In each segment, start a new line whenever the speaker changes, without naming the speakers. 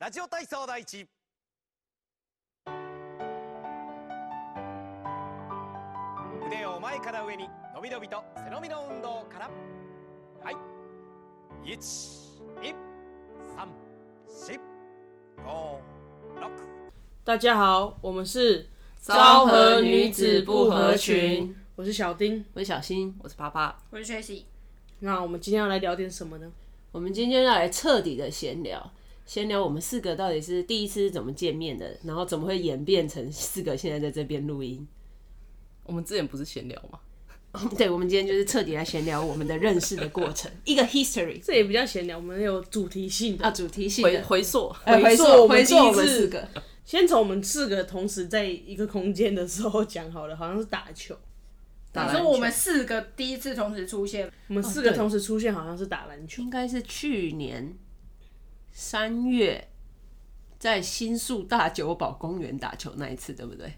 ラジオ体操第一。腕を前から上に伸び伸びと背伸びの運動からはい1 2 3 4 5 6
大家好，我们是
昭和女子不合群，
我是小丁。
我是小新，我是啪啪。
我是 Tracy，
那我们今天要来聊点什么呢？
我们今天要来彻底的闲聊，闲聊我们四个到底是第一次是怎么见面的，然后怎么会演变成四个现在在这边录音。
我们之前不是闲聊吗？
对，我们今天就是彻底来闲聊我们的认识的过程， 一个 history
这也比较闲聊，我们有主题性的。
啊，主题性
回
的
回溯，
哎
回溯
溯
我们
回
第
溯
一
我们
次
四个，
先从我们四个同时在一个空间的时候讲好了，好像是打球。
打
你
篮
说
球
我们四个第一次同时出现，
我们四个
对
同时出现，好像是打篮球。
应该是去年三月在新宿大久保公园打球那一次，对不对？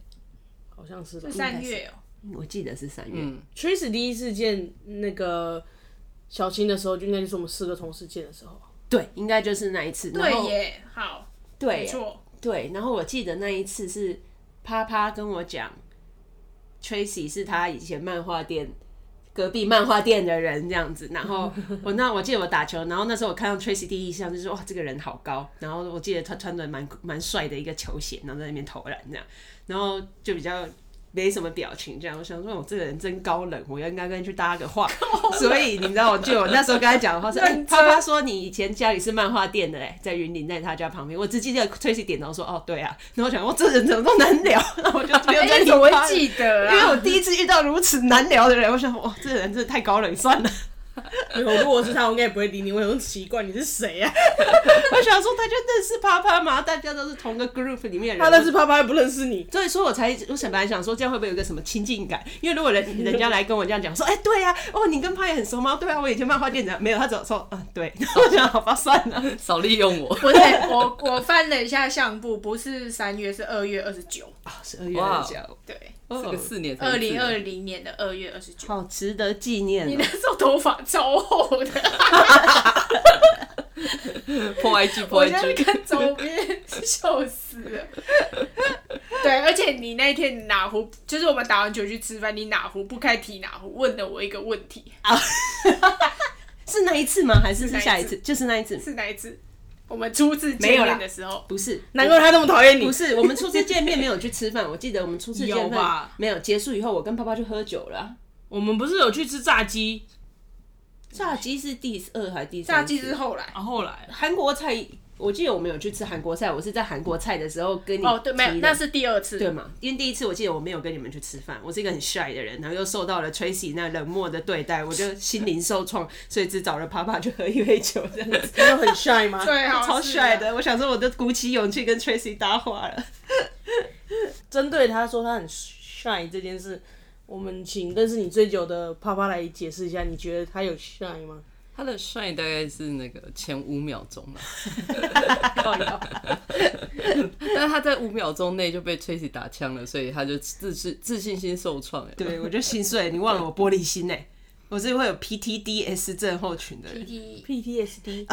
好像是吧
是。三月哦、
我记得是三月。
嗯，
Trace 第一次见那个小青的时候，就应该就是我们四个同时见的时候。
对，应该就是那一次。然
对
后
耶，好，
对
没错，
对，然后我记得那一次是啪啪跟我讲，Tracy 是他以前漫画店隔壁漫画店的人这样子。然 后我那我记得我打球，然后那时候我看到 Tracy 第一印象就是哇，这个人好高。然后我记得他穿的蛮蛮帅的一个球鞋，然后在那边投篮这样，然后就比较。没什么表情，这样我想说，哦我这个人真高冷，我要应该跟他去搭个话。所以你知道，我就我那时候跟他讲的话是，哎啪啪说你以前家里是漫画店的哎、在云林，在他家旁边。我只记得 Tracy 点头说，哦对啊。然后我想，我这人怎么都难聊，然后我就没有
哎、
再理
你怎么
他
会
了
记得
因为我
啊？
第一次遇到如此难聊的人，我想，哇，这人真的太高冷，算了。
没有，如果是他，我应该也不会理你。我很奇怪，你是谁啊？
我想说，他就认识啪啪嘛，大家都是同个 group 里面的人。
他认识。爸爸，又不认识你。
所以说我才，我想本来想说这样会不会有个什么亲近感？因为如果人人家来跟我这样讲说，哎、对呀、哦，你跟啪也很熟吗？对啊，我以前漫画店长没有，他只有说，嗯，对。 然后我想，好吧，算了。
少利 用我。
不对，我我翻了一下相簿，不是三月，是二月二十九，
啊，十二月二十九，
对，
这个四年才一
哦
次
二零二零年的二月二十九。
好值得纪念
你
哦、
那时候头发超厚的，
破 IG 破
我现在
IG，
看周边笑死了。对，而且你那天哪壶，就是我们打完球去吃饭，你哪壶不开提哪壶，问了我一个问题，
是那一次吗？还是是下一
是
次？就是那一次，
是哪一次？我们初次见面的时候，
不是？
难怪他那么讨厌你
不。是，我们初次见面没有去吃饭。我记得我们初次
有
见面
吧
没有结束以后，我跟爸爸去喝酒了啊。
我们不是有去吃炸鸡，
炸鸡是第二还是第
炸
三次？
鸡是后来。
啊然后后来
韩国菜，我记得我们有去吃韩国菜，我是在韩国菜的时候跟你
哦，对，没有，
提的
那是第二次。
对嘛？因为第一次我记得我没有跟你们去吃饭，我是一个很 shy 的人，然后又受到了 Tracy 那冷漠的对待，我就心灵受创，所以只找了爸爸去喝一杯酒 这样子。
没有很帅 吗？
最好
超
是啊
帅啊的，我想说我都鼓起勇气跟 Tracy 搭话了。
针对他说他很帅这件事，我们请认识你最久的啪啪来解释一下，你觉得他有帅吗？
他的帅大概是那个前五秒钟啊 吧，但是他在五秒钟内就被 Tracy 打枪了，所以他就自信自信心受创。有没有
对，我就心碎，你忘了我玻璃心哎、 我是会有 PTDS 症候群的人
PT
PTSD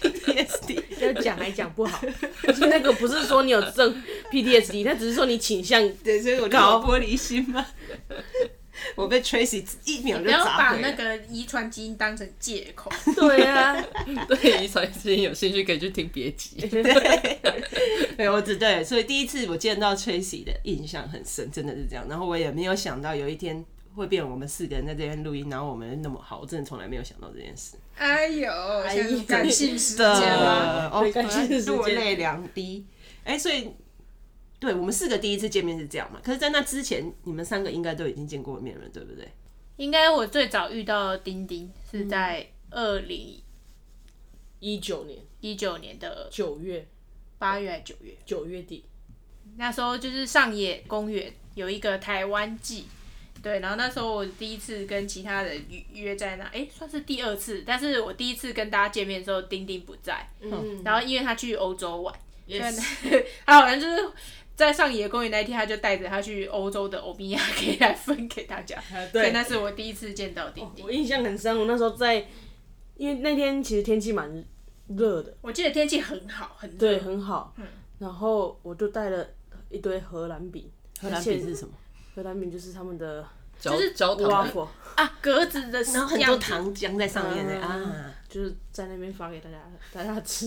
，PTSD。
要讲还讲不 好，而且那个不是说你有正 PTSD，他只是说你倾向。
对，所以我就
搞
有玻璃心嘛。 我被 Tracy 一秒
不
就
要
砸
把
毁
那
了。
个遗传基因当成借口。
对啊，
对遗传基因有兴趣可以去听别集。
对，我只对，所以第一次我见到 Tracy 的印象很深，真的是这样。然后我也没有想到有一天会变我们四个人在这边录音，然后我们那么好，我真的从来没有想到这件事。
哎呦，
哎呦
像感性时间
的
吗？
哦
对，感谢时间
落泪两滴。哎、所以对我们四个第一次见面是这样嘛？可是，在那之前，你们三个应该都已经见过面了，对不对？
应该我最早遇到丁丁是在
嗯
二零
一九年
一九年的
九月
八月还是九月，
九月底，
那时候就是上野公园有一个台湾季，对，然后那时候我第一次跟其他人约约在那，诶，算是第二次，但是我第一次跟大家见面的时候，丁丁不在，
哦
嗯，
然后因为他去欧洲玩，对，他 好像就是在上野公园那一天，他就带着他去欧洲的欧米亚给来分给大家，所以
啊对，哦
那是我第一次见到丁丁
我。印象很深，我那时候在，因为那天其实天气蛮热的，
我记得天气很好，很热
对，很好
嗯。
然后我就带了一堆荷兰饼，
荷兰
而且
饼是什么？
荷兰饼就是他们的
焦
就是
焦糖的
waffle，
啊，格子的，
然后很多，糖浆在上面呢
嗯
啊，
就是在那边发给大家大家吃。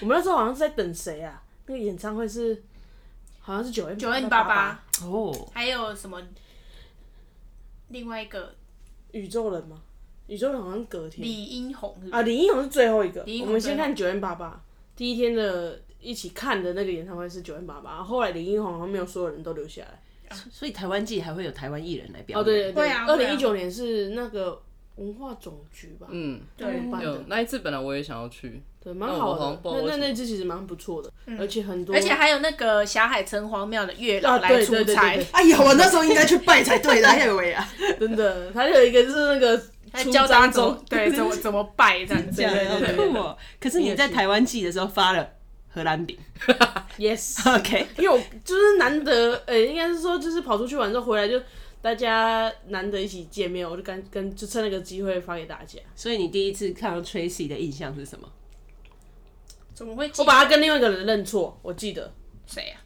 我们那时候好像是在等谁啊？那个演唱会是好像是九 N
九 N 八八，
哦，
还有什么？另外一个
宇宙人吗？宇宙人好像隔天
李英红是不是
啊，李英红是最后一个
李英。
我
宏
们先
最后
看九 N 八八第一天的一起看的那个演唱会是九 N 八八，后来李英红好像没有所有人都留下来。
所以台湾季还会有台湾艺人来表
哦，
演。
对对
会
对，
啊
二
会
零
啊
一九年是那个文化总局吧？
嗯，
对办
有
的，
那一次本来我也想要去，
对，蛮
那我
好
好像
的。
不知
那
道为
那
什么
那支其实蛮不错的，而且很多，
而且还有那个霞海城隍庙的月
啊
老来
对
出
对对
差
对，
哎呀，我那时候应该去拜才对的， 哎呦喂啊！
真的，还有一个就是那个
还
出
教大家
张
怎么
中，
对怎么怎么拜这样子，
对对对对
酷哦！可是你在台湾记的时候发了荷兰饼
，yes，
，OK，
因为我就是难得，呃、应该是说就是跑出去玩之后回来就大家难得一起见面，我就跟跟就趁那个机会发给大家。
所以你第一次看到 Tracy 的印象是什么？
怎么会记
我把他跟另外一个人认错，我记得，
谁啊？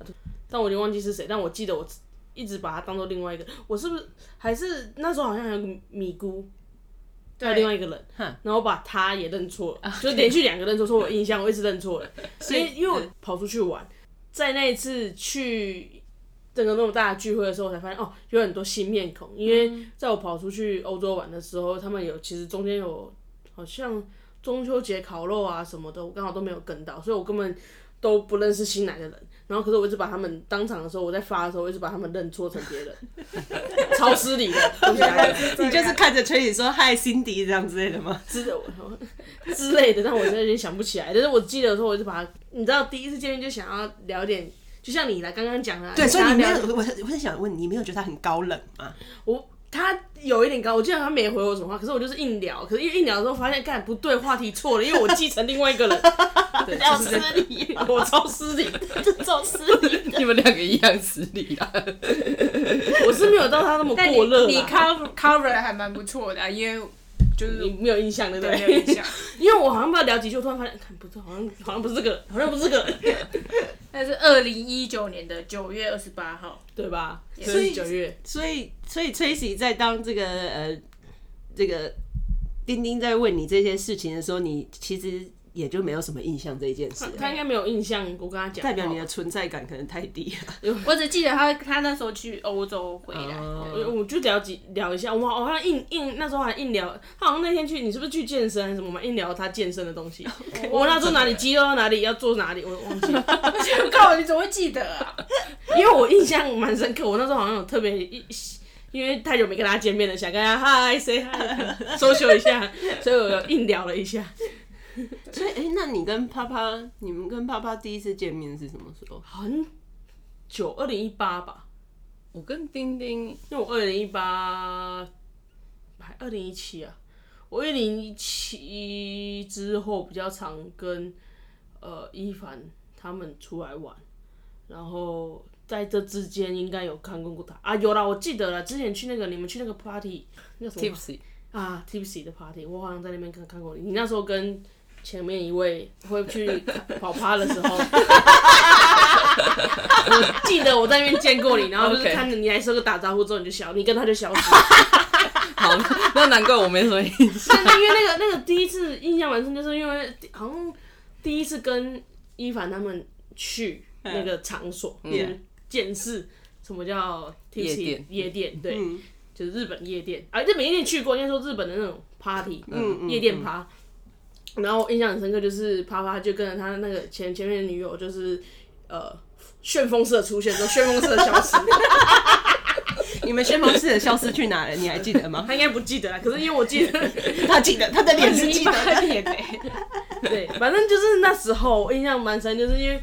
但我已经忘记是谁，但我记得我一直把他当做另外一个，我是不是还是那时候好像还有个米姑。还有另外一个人，
哼
然后我把他也认错了，就连续两个认错，说我印象我一直认错了，
所以
因为因为我跑出去玩，在那一次去整个那么大的聚会的时候，我才发现哦，有很多新面孔。因为在我跑出去欧洲玩的时候，他们有其实中间有好像中秋节烤肉啊什么的，我刚好都没有跟到，所以我根本都不认识新来的人。然后可是我一直把他们当场的时候，我在发的时候，我一直把他们认错成别人， 超失礼的，对不起大家
你就是看着 Tracy 说嗨 Cindy 这样之类的吗？
之之类的，但我现在有点想不起来。但是我记得的时候，我就把它，你知道，第一次见面就想要聊点，就像你来刚刚讲的啊，
对，所以你
想
没
要
有
聊，，
我我是想问你，你没有觉得他很高冷吗？
我他有一点高，我记得他没回我什么话，可是我就是硬聊，可是因为硬聊的时候发现，干不对，话题错了，因为我继承另外一 个人，
对，
要
就是
失礼， 我超失礼，超失礼，
你们两个一样失礼啊，
我是没有到他那么
但你
过热
你
啦。
cover cover 还蛮不错的啊，因为就是
你没有印象对不
对没有印
对？
象，
因为我好像不知道聊几句，我突然发现，看不对，好像好像不是这个人，好像不是这个 人，
那是二零一九年的九月二十八号，
对吧？
所
所
以
以九月，
所以所以 Tracy 在当这个呃这个丁丁在问你这些事情的时候，你其实也就没有什么印象这一件事
他，他应该没有印象，我跟他讲，
代表你的存在感可能太低 了。
我只记得他他那时候去欧洲回来，
我我就聊几聊一下，我好我好像硬硬那时候还硬聊，他好像那天去，你是不是去健身还是什么嘛？硬聊他健身的东西，我问他说哪里肌肉到哪里要做哪里，我忘记了，
我靠，你怎么会记得啊？
因为我印象蛮深刻，我那时候好像有特别一。因为太久没跟他见面了，想跟他嗨 say hi，搜 修一下，所以我有硬聊了一下，
所以，哎、那你跟啪啪，你们跟啪啪第一次见面是什么时候？
很久，二零一八吧，
我跟丁丁
因为我二零一八，还二零一七啊，我二零一七之后比较常跟呃一凡他们出来玩，然后在这之间应该有看过他啊，有啦，我记得了，之前去那个你们去那个 party 那叫什么
Tipsy，
啊 Tipsy 的 party，我好像在那边看看过你，你那时候跟。前面一位 会去跑趴的时候， 我记得我在那边见过你，然后就是
OK
看着你来说个打招呼之后，你就消，你跟他就消失 了。
好，那难怪我没什么印象。
真的，因为那个那个第一次印象蛮深，就是因为好像第一次跟一凡他们去那个场所，就是见识什么叫
嗯夜店嗯
夜店对，就是日本夜店啊，日本夜店去过，应该说日本的那种 party，
嗯嗯
夜店趴。然后我印象很深刻，就是啪啪就跟着他那个前前面的女友，就是呃旋风式的出现，之后旋风式的消失。
你们旋风式的消失去哪了？你 还记得 吗？
他应该不记得了，可是因为我 记得
他记 得，他的脸是记得的。
脸嘞，
对，反正就是那时候我印象蛮深，就是因为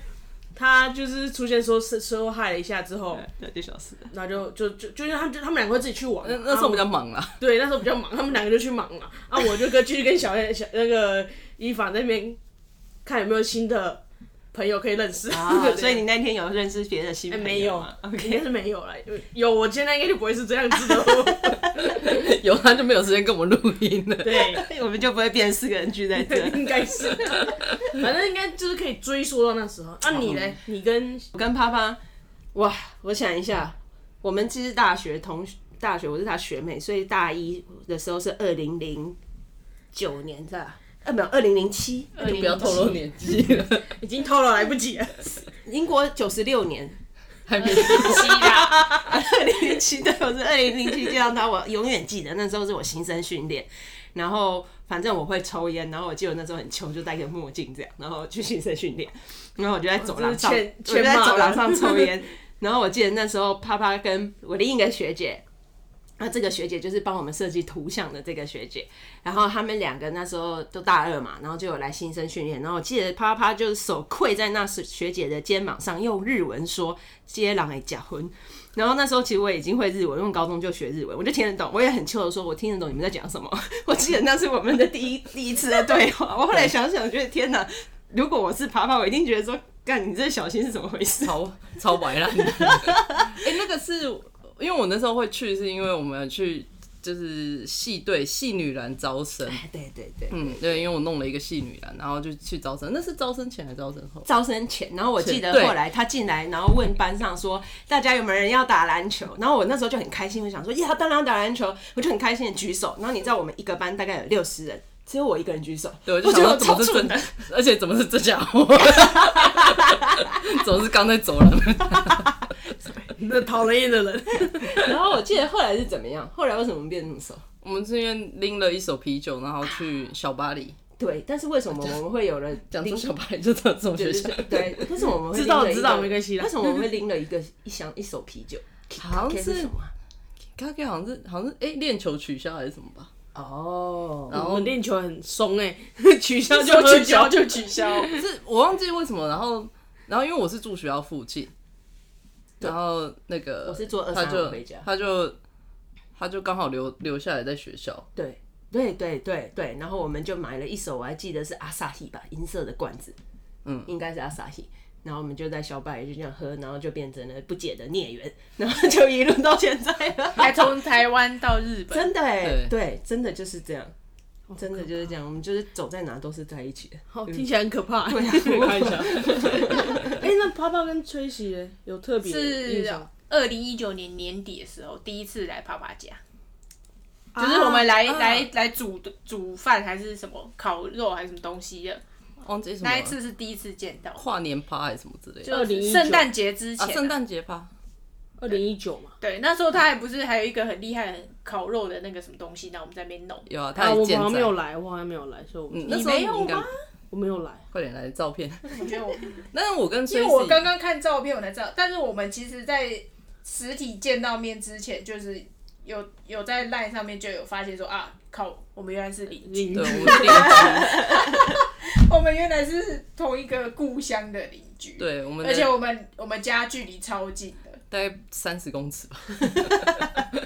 他就是出现说是说嗨了一下之后，
对，就消失了。
然后就就就就是他们就他们两个会自己去玩
那
嘛，
那时候比
啊
较 忙啦，
我对那时候比较忙，他们两个就去忙了，啊， 我就跟继续跟小燕小那个伊凡那边看有没有新的朋友可以认识。
啊，
对
所以你那天有认识别的新
哎
朋友
没有
吗，
应该是没有了。有有，我现在应该就不会是这样子的。哦
有他就没有时间跟我们录音了。
对，
OK，我们就不会变四个人聚在这。
应该是，反正应该就是可以追溯到那时候。啊，你嘞？你跟
我跟啪啪， 哇，我想一下，我们其实大学同学大学，我是他学妹，所以大一的时候是二零零九年是吧？呃，没有，二零零七，
就不要透露年纪 了，
已经透露来不及了。
英国九十六年，
还没
七啦，
二零零七， 对，我是二零零七见到他，我永远记得那时候是我新生训练，然后反正我会抽烟，然后我记得那时候很穷，就戴个墨镜这样，然后去新生训练，然后我就在走廊上，
哦这是欠
我就在
欠骂的
走廊上抽 烟，然后我记得那时候啪啪跟我另一个学姐。那这个学姐就是帮我们设计图像的这个学姐，然后他们两个那时候都大二嘛，然后就有来新生训练，然后我记得啪啪就是手跪在那时学姐的肩膀上，用日文说“接狼哎假婚”，然后那时候其实我已经会日文，因为高中就学日文，我就听得懂，我也很糗的说，我听得懂你们在讲什么。 我记得那是我们的第一第一次的对话。我后来想想，觉得天哪，如果我是爬爬，我一定觉得说，干你这小心是怎么回事？
超超白烂 的。哎、那个是因为我那时候会去，是因为我们去就是系队系女篮招生，
哎对对对，
嗯，对，因为我弄了一个系女篮，然后就去招生，那是招生前还是招生后？
招生前，然后我记得
对
后来他进来，然后问班上说大家有没有人要打篮球？然后我那时候就很开心，我想说呀，当然要打篮球，我就很开心的举手。然后你知道我们一个班大概有六十人，只有我一个人举手，
对，我就
我觉
想
得
说
我
怎
超
么是
蠢的
这，，而且怎么是这 家伙？怎么是刚才走了？
那讨人厌的人，
然后我记得后来是怎么样？后来为什么变那么熟？
我们是因为拎了一手啤酒，然后去小巴黎，
对，但是为什 么我们会有人
讲
拎
出小巴黎就这种
对
学
对
校
对，对，为什么我 们会
知道
拎了一
知
个
道没关系啦
为什么我们会拎了一个一箱一手啤酒？
好像
Kit Kat
是
什么啊？
他给好像是好像是哎练、球取消还是什么吧？
哦，
然
我
后
们练球很松哎，取消就喝
取
酒
消就取消。
是我忘记为什么，然后然后因为我是住学校附近，然后那个
我是坐
他
23
就
回家
他就他就刚好留留下来在学校，
对对对对对，然后我们就买了一手，我还记得是阿萨希吧，银色的罐子，
嗯
应该是阿萨希。然后我们就在小百就这样喝，然后就变成了不解的孽缘，然后就一路到现在了。
还从台湾到日本，
真的哎
对，
对，真的就是这样，真的就是这样，我们就是走在哪都是在一起的。
好哦听起来很可怕。
对啊，
看一下，
哎，那泡泡跟崔喜嘞有特别印
是啊
象？
二零一九年年底的时候第一次来爸爸家，就是我们来、
啊
来来煮煮饭还是什么烤肉还是什么东西的，
忘记什么
那一次是第一次见到，
跨年趴还是什么之类的，
就
2019
是圣诞节之前
啊
啊、
圣诞节趴，
二零一九嘛，
对，那时候他还不是还有一个很厉害的烤肉的那个什么东西，那我们在那边弄。
有啊，他
啊，我
也
好
健
像
在
没有，来，我好像没有来，所以我
嗯
不
那
你
时候
没有
应该
吗
我没有来。
快点来照片，
我觉得 我
但是我跟
因
崔
为
西
我刚刚看照片我才知道，但是我们其实，在实体见到面之前，就是有有在 LINE 上面就有发现说啊，靠，我们原来是邻居，
对我们是邻居，
我们原来是同一个故乡的邻居，，
对我们
而且
的
我们我们家距离超近的，
大概三十 公尺吧，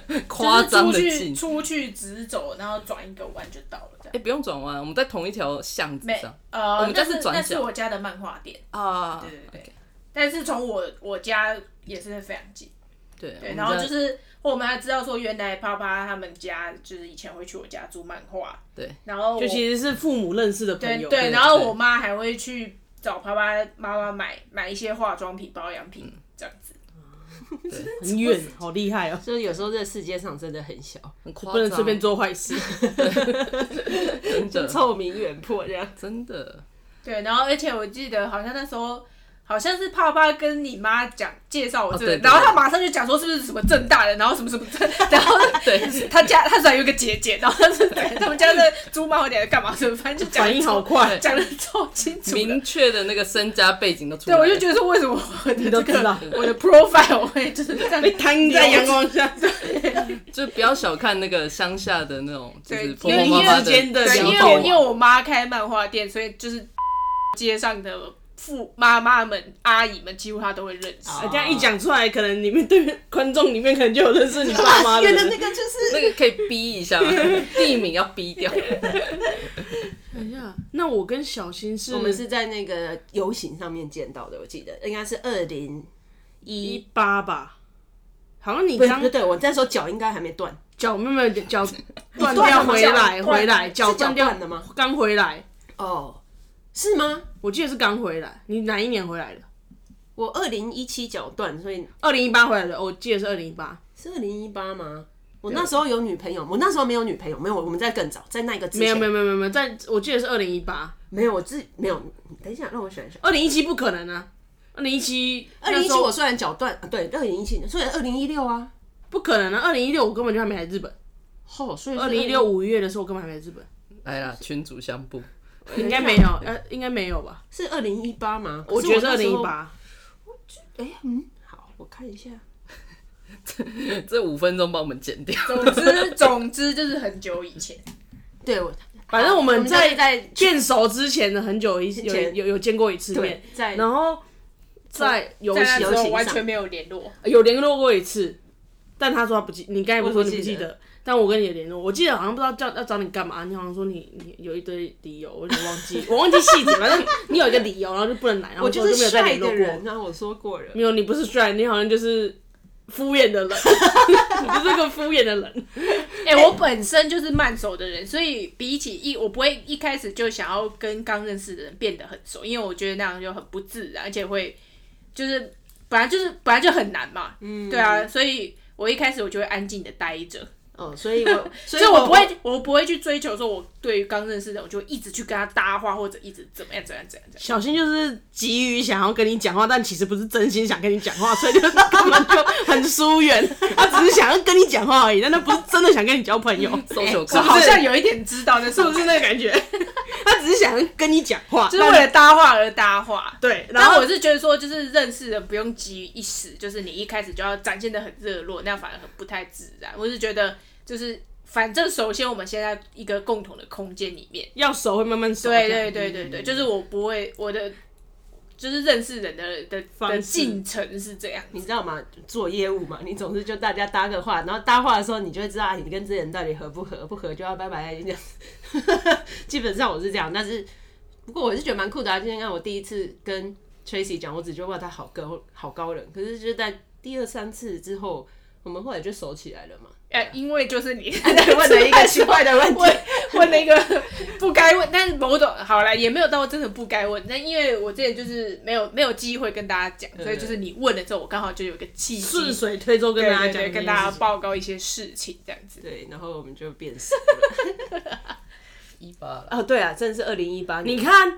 就
夸
是
张
出
的
去
近。
出去直走，然后转一个弯就到了，这样
哎、。不用转弯，我们在同一条巷子
没
上
呃，
我们家是
那
转
那
角
是我家的漫画店，
啊。
对对对。但是从我我家也是非常近，
对，我
对，
们
然后
在
就是我们还知道说，原来爸爸他们家就是以前会去我家租漫画，
对，
然后我
就其实是父母认识的朋
对
友，
对，然后我妈还会去找爸爸妈妈买买一些化妆品、保养品
嗯
这样子，
很远，好厉害哦，
就是有时候这个世界上真的很小，
很夸张，
不能随便做坏事。
真的
臭名远播这样。
真的，
对，然后而且我记得好像那时候。好像是爸爸跟你妈讲介绍我这个，
哦对对
然后他马上就讲说是不是什么正大的，然后什么什么正， 然后
对，
他家他虽然有一个姐姐，然后他是他们家的猪猫脸干嘛什么，反正就讲
反应好快，
讲的超清楚的。
明哎确的那个身家背景都出
对，
来了。
我就觉得说为什么我的这
都知道
个我的 profile 会就是这样被
摊在阳光下，
哦
就不要小看那个乡下的那种，就是
对
婆婆妈妈
因为之间的
的
对，因
想
为
法
我因为我妈开漫画店，所以就是街上的父妈妈们、阿姨们，几乎他都会认识。
哦
哎这样一讲出来，可能你们对面观众里面可能就有认识你爸妈的
啊原来那
人。
个就是
那个可以逼一 下吗，地名要逼掉。
等一下，那我跟小新是
我们是在那个游行上面见到的，我记得应该是二零
一
一，
八吧？好像你
不对
刚
不对，我那时候脚应该还没断，
脚妹妹脚断
断了
掉
吗
回
脚
来
断
回来，
是
脚
脚
断掉
断了吗？
刚回来，
哦，是吗？
我记得是刚回来。你哪一年回来的？
我二零一七脚断，所以
二零一八回来的，哦我记得是二零一八。
是二零一八吗？我那时候有女朋友，我那时候没有女朋友，没有，我们在更早，在那个之前
没有没有没有没有没有，在我记得是二零一八，
没有，我自没有。等一下，让我选一下。
二零一七不可能啊，二零一七
二零一七我虽然脚断，啊对，二零一七，虽然二零一六啊，
不可能啊，二零一六我根本就还没来日本，
哦，所以
二零一六五月的时候我根本还没来日本，
来啦，哎群主相簿，
应该没有，呃，应该没有吧？
是二零一八吗？
我觉得是
可
二
是
零一
我那时候。
八，
哎，嗯，好，我看一下。
这五分钟帮我们 剪掉。
总之，总之就是很久以前。
对，我
反正我们在
在
变熟之前的很久一有
前
有有见过一次面
对，在
然后在游
在那
戏
之
游
后
行
完
上
全没有联络。
有联络过一次，但他说他不记，你刚才不是说
我不
你不
记
记
得
得，但我跟你也联络，我记得好像不知道叫要找你干嘛，你好像说你你有一堆理由，我有点忘记，我忘记细节，反正你有一个理由，然后就不能来，然后
我
就
就是
没有再
帅
联络
的
过嗯
人。啊，我说过了
没。有，你不是帅，你好像就是敷衍的人， 你就是个敷衍的人。
哎、我本身就是慢熟的人，所以比起一，我不会一开始就想要跟刚认识的人变得很熟，因为我觉得那样就很不自然，而且会就是本来就是本来就很难嘛。嗯，对啊，所以我一开始我就会安静的待着，
哦，所 以我，所
所以我不会，我不会去追求说我对于刚认识的，我就一直去跟他搭话或者一直怎么样怎么样怎么样怎么样。
小新就是急于想要跟你讲话，但其实不是真心想跟你讲话，所以就是根本就很疏 远。他只是想要跟你讲话而已，但他不是真的想跟你交 朋友，
social
我
club
好像有一点知道那
是
是
不
不
是
是，
那个感觉？他只是想要跟你讲话，
就是为了搭话而搭话。
对。然
但
后
我是觉得说，就是认识人不用急于一时，就是你一开始就要展现的很热络，那样反而很不太自然。我是觉得，就是反正首先我们现在一个共同的空间里面，嗯
要熟会慢慢熟。
对
这样
对对对对，就是我不会我的就是认识人的的
方
的
式
进程是这样
你
子。
知道吗？做业务嘛，你总是就大家搭个话，然后搭话的时候，你就会知道啊你跟这人到底合不合，不合就要拜拜这样。 基本上我是这样，但是不过我是觉得蛮酷的啊。今天看我第一次跟 Tracy 讲，我只觉得哇，他好高好高冷，可是就是在第二三次之后，我们后来就熟起 来了嘛。
呃，因为就是 你
问了一个奇怪的问题，
问了一个不该问，但是某种好了也没有到真的不该问。那因为我之前就是没有没有机会跟大家讲，所以就是你问了之后，我刚好就有一个契机，
顺水推舟跟大家
对对对
讲，
啊跟大家。报告一些事情，这样子。
对，然后我们就变熟了。
一八了，
哦，对啊，真的是二零一八年，
你看，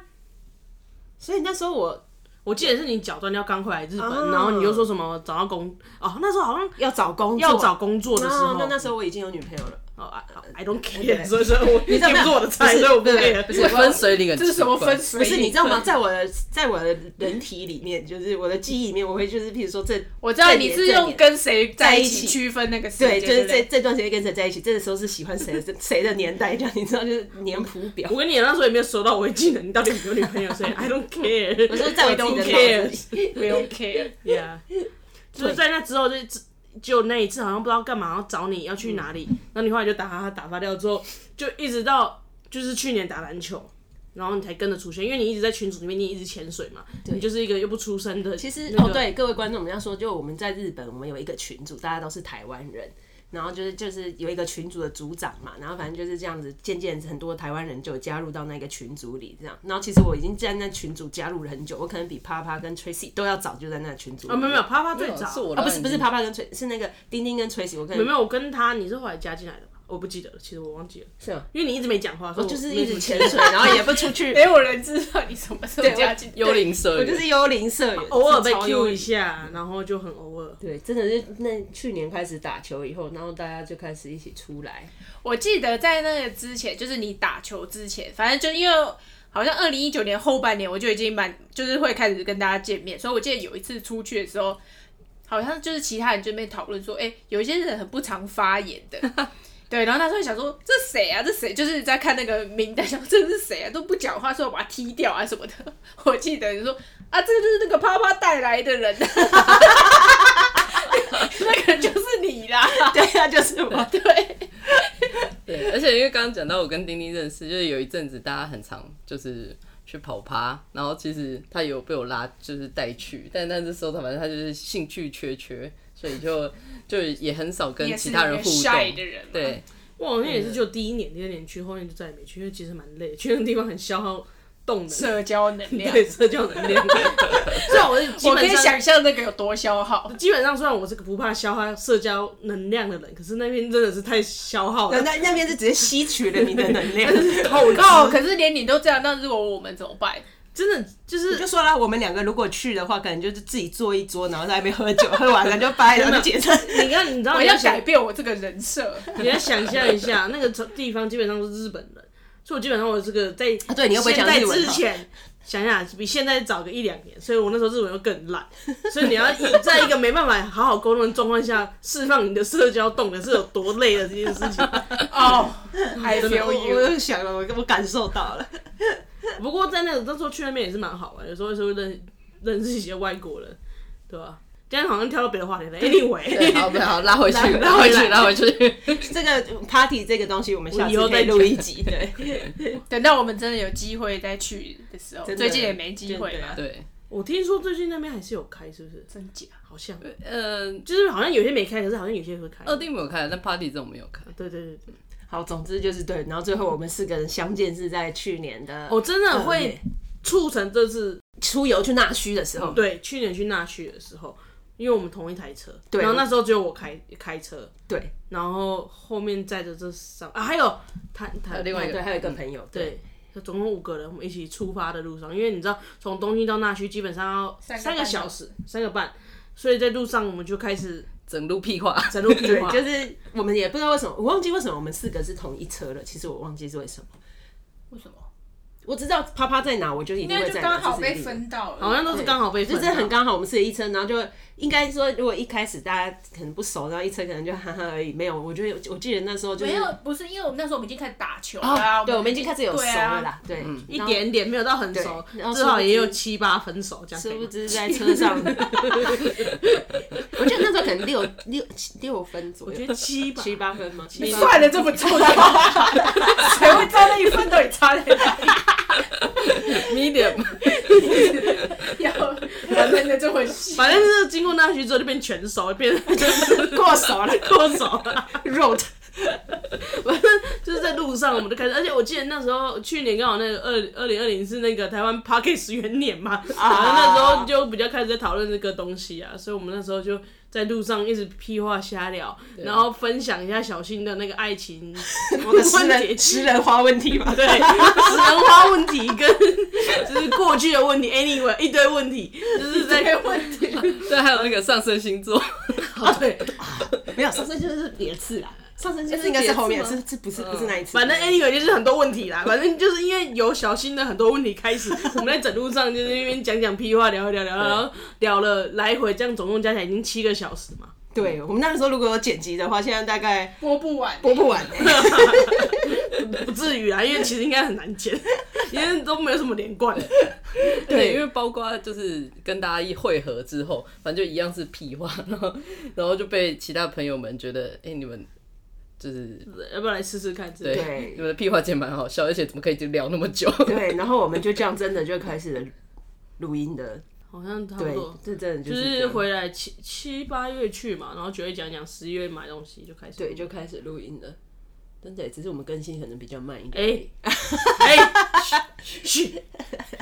所以那时候我
我记得是你脚断掉刚回来日本，
哦
然后你又说什么找到工哦，那时候好像
要找工作，
啊要找工作的时
哦
候，
那那时候我已经有女朋友了。
哦啊啊 I don't care，所以说我你
知道
不
没有
是我的菜，
不是
所以我不
不是
care。
不
这
是
分水岭很
这是什么
奇怪
分？水
不
岭？
是，你知道吗？在我的在我的人体里面，就是我的记忆里面，我会就是，譬如说这，
我知道
这
你
点
是
这
用
点
跟谁
在
在一
一
起
起
区分那个时间，
对，就是
不
这这段时间跟谁在一起，这 个时候是喜欢谁的谁的年代，这样你知道，就是年谱表
我。跟你讲那时候也没有收到微技能，你到底有没有女朋友？所以 I don't care。
我说在我自己
don't
的脑子
care
里。
不用 care。
Yeah，就是在那之后就就那一次好像不知道干嘛要找你要去哪里，然后你后来就打他打发掉之后，就一直到就是去年打篮球。然后你才跟着出现，因为你一直在群组里面，你一直潜水嘛，你就是一个又不出声的、
其实
那
哦，
个
对各位观众，我们要说，就我们在日本，我们有一个群组，大家都是台湾人，然后就是就是有一个群组的组长嘛，然后反正就是这样子，渐渐很多台湾人就有加入到那个群组里，这样。然后其实我已经在那群组加入了很久，我可能比啪啪跟 Tracy 都要早就在那群组里
啊，没有
面。
没有，啪啪最早
是我
啊，不是不是，啪啪跟锤，是那个丁丁跟锤子。我跟
没有没有，我跟他你是后来加进来的吧？我不记得了，其实我忘记了，
是啊，
因为你一直没讲话，所以
我
我
就是
没
一
什
直
么
潜
记得
水，然后也不出去
没，有哎人知道你什么时候
对我
加进
幽灵社
我
员，
就是幽灵社员，
偶尔被
是超幽
Q
灵
一。下，然后就很偶尔。
对，真的是那去年开始打球以后，然后大家就开始一起出来。
我记得在那个之前，就是你打球之前，反正就因为好像二零一九年后半年我就已经蛮就是会开始跟大家见面，所以我记得有一次出去的时候，好像就是其他人这边讨论说，哎、有一些人很不常发言的。对，然后那时候还想说这谁啊，这谁就是在看那个名单，想说这是谁啊，都不讲话，说要把他踢掉啊什么的。 我记得你说啊，这个就是那个啪啪带来的人、 啊，那个就是你啦。
对啊，就是我。
对，
对，而且因为刚刚讲到我跟丁丁认识，就是有一阵子大家很常就是去跑趴，然后其实他有被我拉就是带去，但但是时候他反正他就是兴趣缺缺，所以就 就也很少跟
也是
其他人互
一个
动
shy 的人嘛。
对，
我好像也是就第一年、第二年去，后面就再也没去，因为其实蛮累，去那个地方很消耗动
啊
能，
社交能量。
对社交能量。虽然我是基
我可
本
以
上
想象那个有多消耗。
基本上虽然我是个不怕消耗社交能量的人，可是那边真的是太消耗
那
了。
那那边是直接吸取了你的能 量，
我靠！可是连你都这样，那如果我们怎么办？
真的就是
我就说了，我们两个如果去的话，可能就是自己坐一桌，然后在那边喝酒，喝完了就掰，然后就解散。
你看，你知道
我
你
要
想
改，变我这个人设。
你要想象一下，那个地方基本上是日本人，所以我基本上我这个在
啊对你又不会讲
在
日文
之
哈
前。想想比现在早个一两年，所以我那时候日文又更烂，所以你要以在一个没办法好好沟通的状况下，释放你的社交动能是有多累的这件事情。
哦、i
真的
feel
我
you。
又想了，我我感受到了。
不过在那个那时候去那边也是蛮好玩，有时候是会认认识一些外国人，对吧、今天好像跳到别的话题了。
对，
Anyway，
好，好，拉回去，
拉
拉回去，
拉
拉回去。
这个 party 这个东西，我们下
以后
次
再
再录一集。对，
等到我们真的有机会再去的时候，
真的
最近也没机会嘛
真，
对，
我听说最近那边还是有开，是不是？
真假？
好像
呃，
就是好像有些没开，可是好像有些会开。
二定没有开，但 party 这种没有开。
对对对对，
好，总之就是对。然后最后我们四个人相见是在去年的
我哦真的
二
会
月
促成这次
哦出游去纳须的时候，
对去年去那区的时候，因为我们同一台车，
对
然后那时候只有我开开车，
对
然后后面载着这三啊，还有他
还
他
有另外一
哦对，
个，
还有呃一个朋友，对，
对，就总共五个人，我们一起出发的路上，因为你知道从东京到那区基本上要
三个
三个
半
小
小
时，三个半，所以在路上我们就开始
整路屁话。
整路啊屁
对，
话，
就是我们也不知道为什么，我忘记为什么我们四个是同一车了。其实我忘记是为什么，
为什么？
我知道啪啪在哪，我就一
应
定
该
会
就
在哪。
刚好
这是一
被
定的
分到了，
好像都是刚好被
就
分
是
到
很刚好，我们四个一车，然后就应该说，如果一开始大家可能不熟，然后一车可能就哈哈而已，没有。我觉得有我记得那时候就是哦
没有，不是因为我们那时候我们已经开始打球了啊、
对，我们已经开始有熟
对
了
啊。
啦，对，
一
然后。
点点，没有到很熟，
对然后
至少也
殊
有
不知
七八分熟这样可
殊
以
不
吗。
知在车上， 我记得那时候可能六六七六分左
我觉
右，
得七吧，
七八分 吗？
你
七八
算的这么重要，谁会知道那一分到底差在哪里？
medium，
要玩真的这回事？
反正就是经过那区之后就变全熟，变
过熟了，
过熟了。
肉 的
就是在路上我们就开始，而且我记得那时候去年刚好那个二二零二零是那个台湾 Parkes 元年嘛，然后那时候就比较开始在讨论这个东西啊，所以我们那时候就在路上一直屁话瞎聊，然后分享一下小新的那个爱情
我的 食
问
人
题
食人花问题嘛，
对，食人花问题跟就是过去的问题，anyway 一堆问题，就是 在问 题。
对，还有那个上升星座，
啊对，
没有上升就是别次啦，上升就是
是
应该是
别
后面，
次
是
吗
是不是不是那一次？
反正 anyway 就是很多问题 啦，反正就是因为有小新的很多问题开始，我们在整路上就是那边讲讲屁话，聊一聊聊，然后聊了来回这样总共加起来已经七个小时嘛。
对我们那个时候如果有剪辑的话，现在大概
播不完，
播不完欸。
不至于啊啦，因为其实应该很难 剪，因为都没有什么连贯。
对，因为包括就是跟大家一汇合之后，反正就一样是屁话，然后 然后就被其他朋友们觉得，哎、你们就是
要不要来试试看？
对，
对
你们的屁话其实蛮好笑，而且怎么可以就聊那么久？
对，然后我们就这样真的就开始了录音的，
好像差不
对
多，。
这真的哦就
就是
这
是
样
回来七七八月去嘛，然后九月讲讲，十一月买东西就开始。
对就开始录音了。真的，只是我们更新可能比较慢一点。
哎 哎，嘘，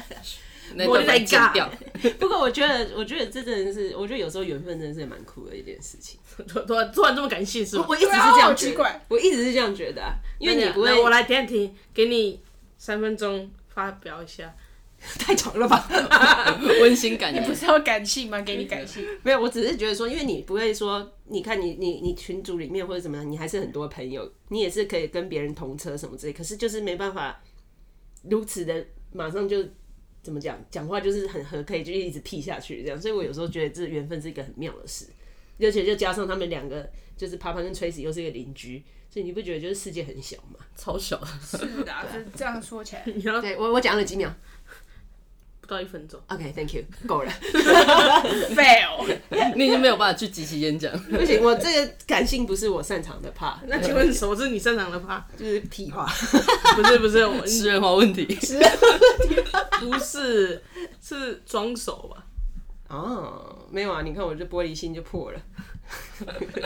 那
我
段把它
在
剪
尬
掉，
哎不过我觉得，我觉得这真的是，我觉得有时候缘分真的是蛮酷的一件事情。
突突然突然这么感性是
我
吗？
我一直是
对啊
这样
好
觉
奇
得
怪
我一直是这样觉得啊、因为你不会
那我来听听，给你三分钟发表一下。
太长了吧？
温馨感
不
人。
是要感性吗？给你感性，
没有，我只是觉得说，因为你不会说，你看你你你群组里面或者怎么样，你还是很多朋友，你也是可以跟别人同车什么之类，可是就是没办法如此的马上就怎么讲，讲话就是很和可以就一直屁下去这样，所以我有时候觉得这缘分是一个很妙的事。而且就加上他们两个，就是爬爬跟 Tracy 又是一个邻居，所以你不觉得就是世界很小吗？
超小，
是的啊，就这样说起来，
你要
对我我讲了几秒
不到一分钟，
，OK，Thank、you，够了。
fail。
你已经没有办法去即席演讲。
不行，我这个感性不是我擅长的怕，
那 请问什么是你擅长的趴？
就是屁话。
不是不是，我
私人化问题，
不是是装熟吧？
哦，没有啊，你看我这玻璃心就破了。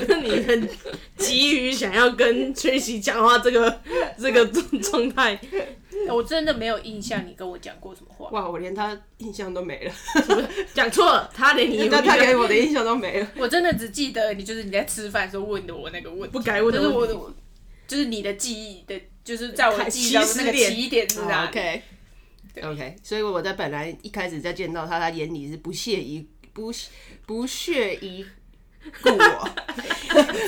那你很急于想要跟崔喜讲话，这个这个状态，
我真的没有印象你跟我讲过什么话，
哇，我连他印象都没了，
讲错了，他连你
那他给我的印象都没了。
我真的只记得你就是你在吃饭的时候问的我那个问题，
不该问
就
的
是我
问
的
题，
我，就是你的记忆的，就是在我的记忆当中那个
起始点啊
起点是哪里？
OK OK，所以我在本来一开始在见到他，他眼里是不屑一不不屑一顾我。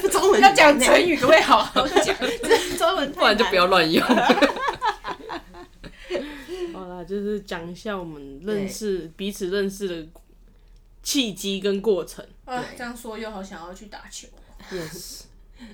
中文
要讲
成
成语可不可以好好讲？
中文，
不然就不要。乱用。
好啦，就是讲一下我们认识彼此认识的契机跟过程。
啊，这样说又好想要去打球。
Yes，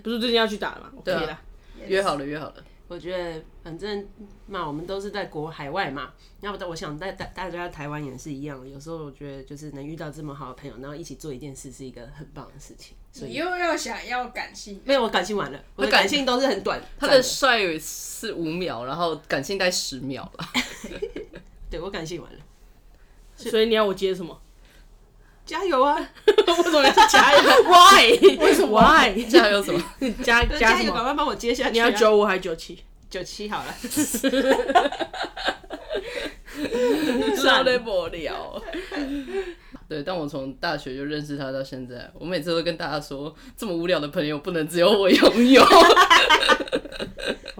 不是最近要去打了吗？OK
对啊
啦，
约好了，约好了，
我觉得反正嘛，我们都是在国海外嘛，那我我想在大大家台湾也是一样。有时候我觉得就是能遇到这么好的朋友，然后一起做一件事是一个很棒的事情。所
你
以
又要想要感性，
没有我感性完了，我的
感
感性都是很短。
他
暂
的帅是五秒，然后感性大概十秒吧。
对我感性完了，
所以你要我接什 么？
加油啊！
为什么要加一个 ？Why？为什么 Why？
这还有什么？
加加
加
什
油，赶
么？
快帮我接下去啊。
你要九五还是九 七？
九七好了。
受得不了。 对，但我从大学就认识他到现在，我每次都跟大家说，这么无聊的朋友不能只有我拥 有。
好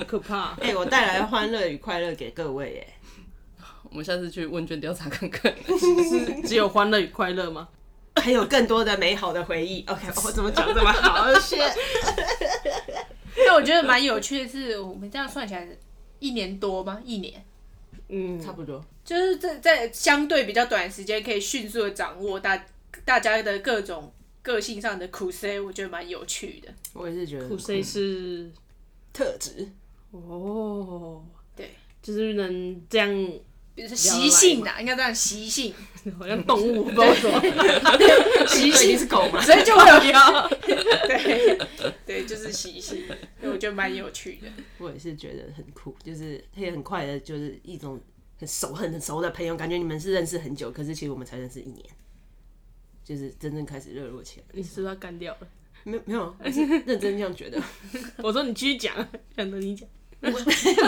可怕啊！
哎、我带来欢乐与快乐给各位耶。
我们下次去问卷调查看看。
只有欢乐与快乐吗？
还有更多的美好的回忆。OK，我怎么讲这么好？谢谢。
但我觉得蛮有趣的是，我们这样算起来一年多吗？一年，
嗯，
差不多。
就是在在相对比较短的时间，可以迅速的掌握大大家的各种个性上的苦涩，我觉得蛮有趣的。
我也是觉得
不谁是
特质。
哦，
对，
就是能这样，
比如说习性啊，应该这样习性，
好像动物，不知道
哦
为 什么，
习性是狗吗？
所以就会有对对，就是习性，所以我觉得蛮有趣的。
我也是觉得很酷，就是也很快的，就是一种很熟、很熟的朋友，感觉你们是认识很久，可是其实我们才认识一年，就是真正开始热络起来。
你是不是要干掉了？
没有没有，我是认真这样觉得。
我说你继续讲，想着你讲，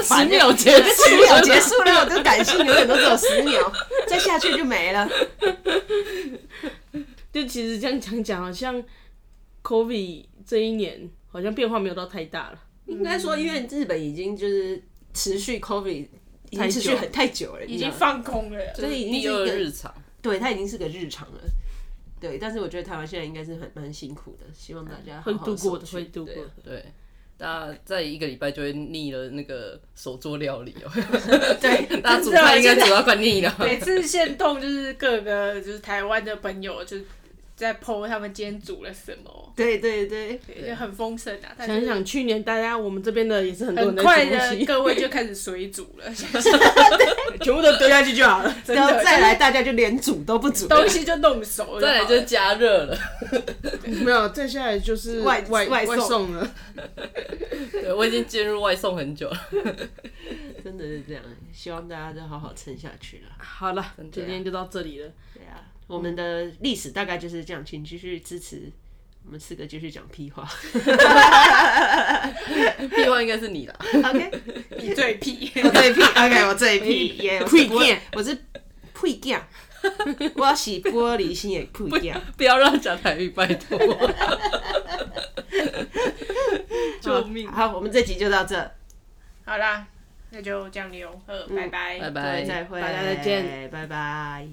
十秒结束，
十秒结束了，我都感性永远都只有十秒，再下去就没了。
就其实这样讲讲，好像 COVID 这一年好像变化没有到太大了，
应该说，因为日本已经就是持续 COVID 已经持续很太久了，
已
已
经放空了。
所以已经
第
是
二
一个
日常，
对，它已经是个日常了。对，但是我觉得台湾现在应该是很蛮辛苦的，希望大家好
会
好
度过的，
守
会
去
度过
对
的
啊。
对。大家在一个礼拜就会腻了那个手做料理 哦、
对，
大家煮菜应该煮到快腻了。
每次现动就是各个就是台湾的朋友就是在 PO 他们今天煮了什么，
对对对，
对，就很丰盛啊。但
想
是
想去年大家我们这边的也是很多
很
人在
快
煮东
的
西，
各位就开始水煮 了，
全部都丢下去就好了。
真
然后
的
再来，大家就连煮都不煮了，
东西就弄熟了。
再来就是加热了，
没有，再下来就是
外
外
外送
送了。
对我已经进入外送很久了。
真的是这样。希望大家都好好撑下去了。
好了，
真的
今天就到这里了。
对啊，我们的历史大概就是这样，请继续支持我们四个继续讲屁话。
屁话应该是你啦，
OK，
你最屁，
我最屁，OK，我最屁耶，我
屁
是
囝
我是屁囝， 我是玻璃心的屁囝。
不要让他讲台语，拜 托。
救命！
好，我们这集就到这，
好
嗯
啦，那就这样溜，呃，拜拜，
拜
各位
哎拜。
再会，
大家再见，
拜拜。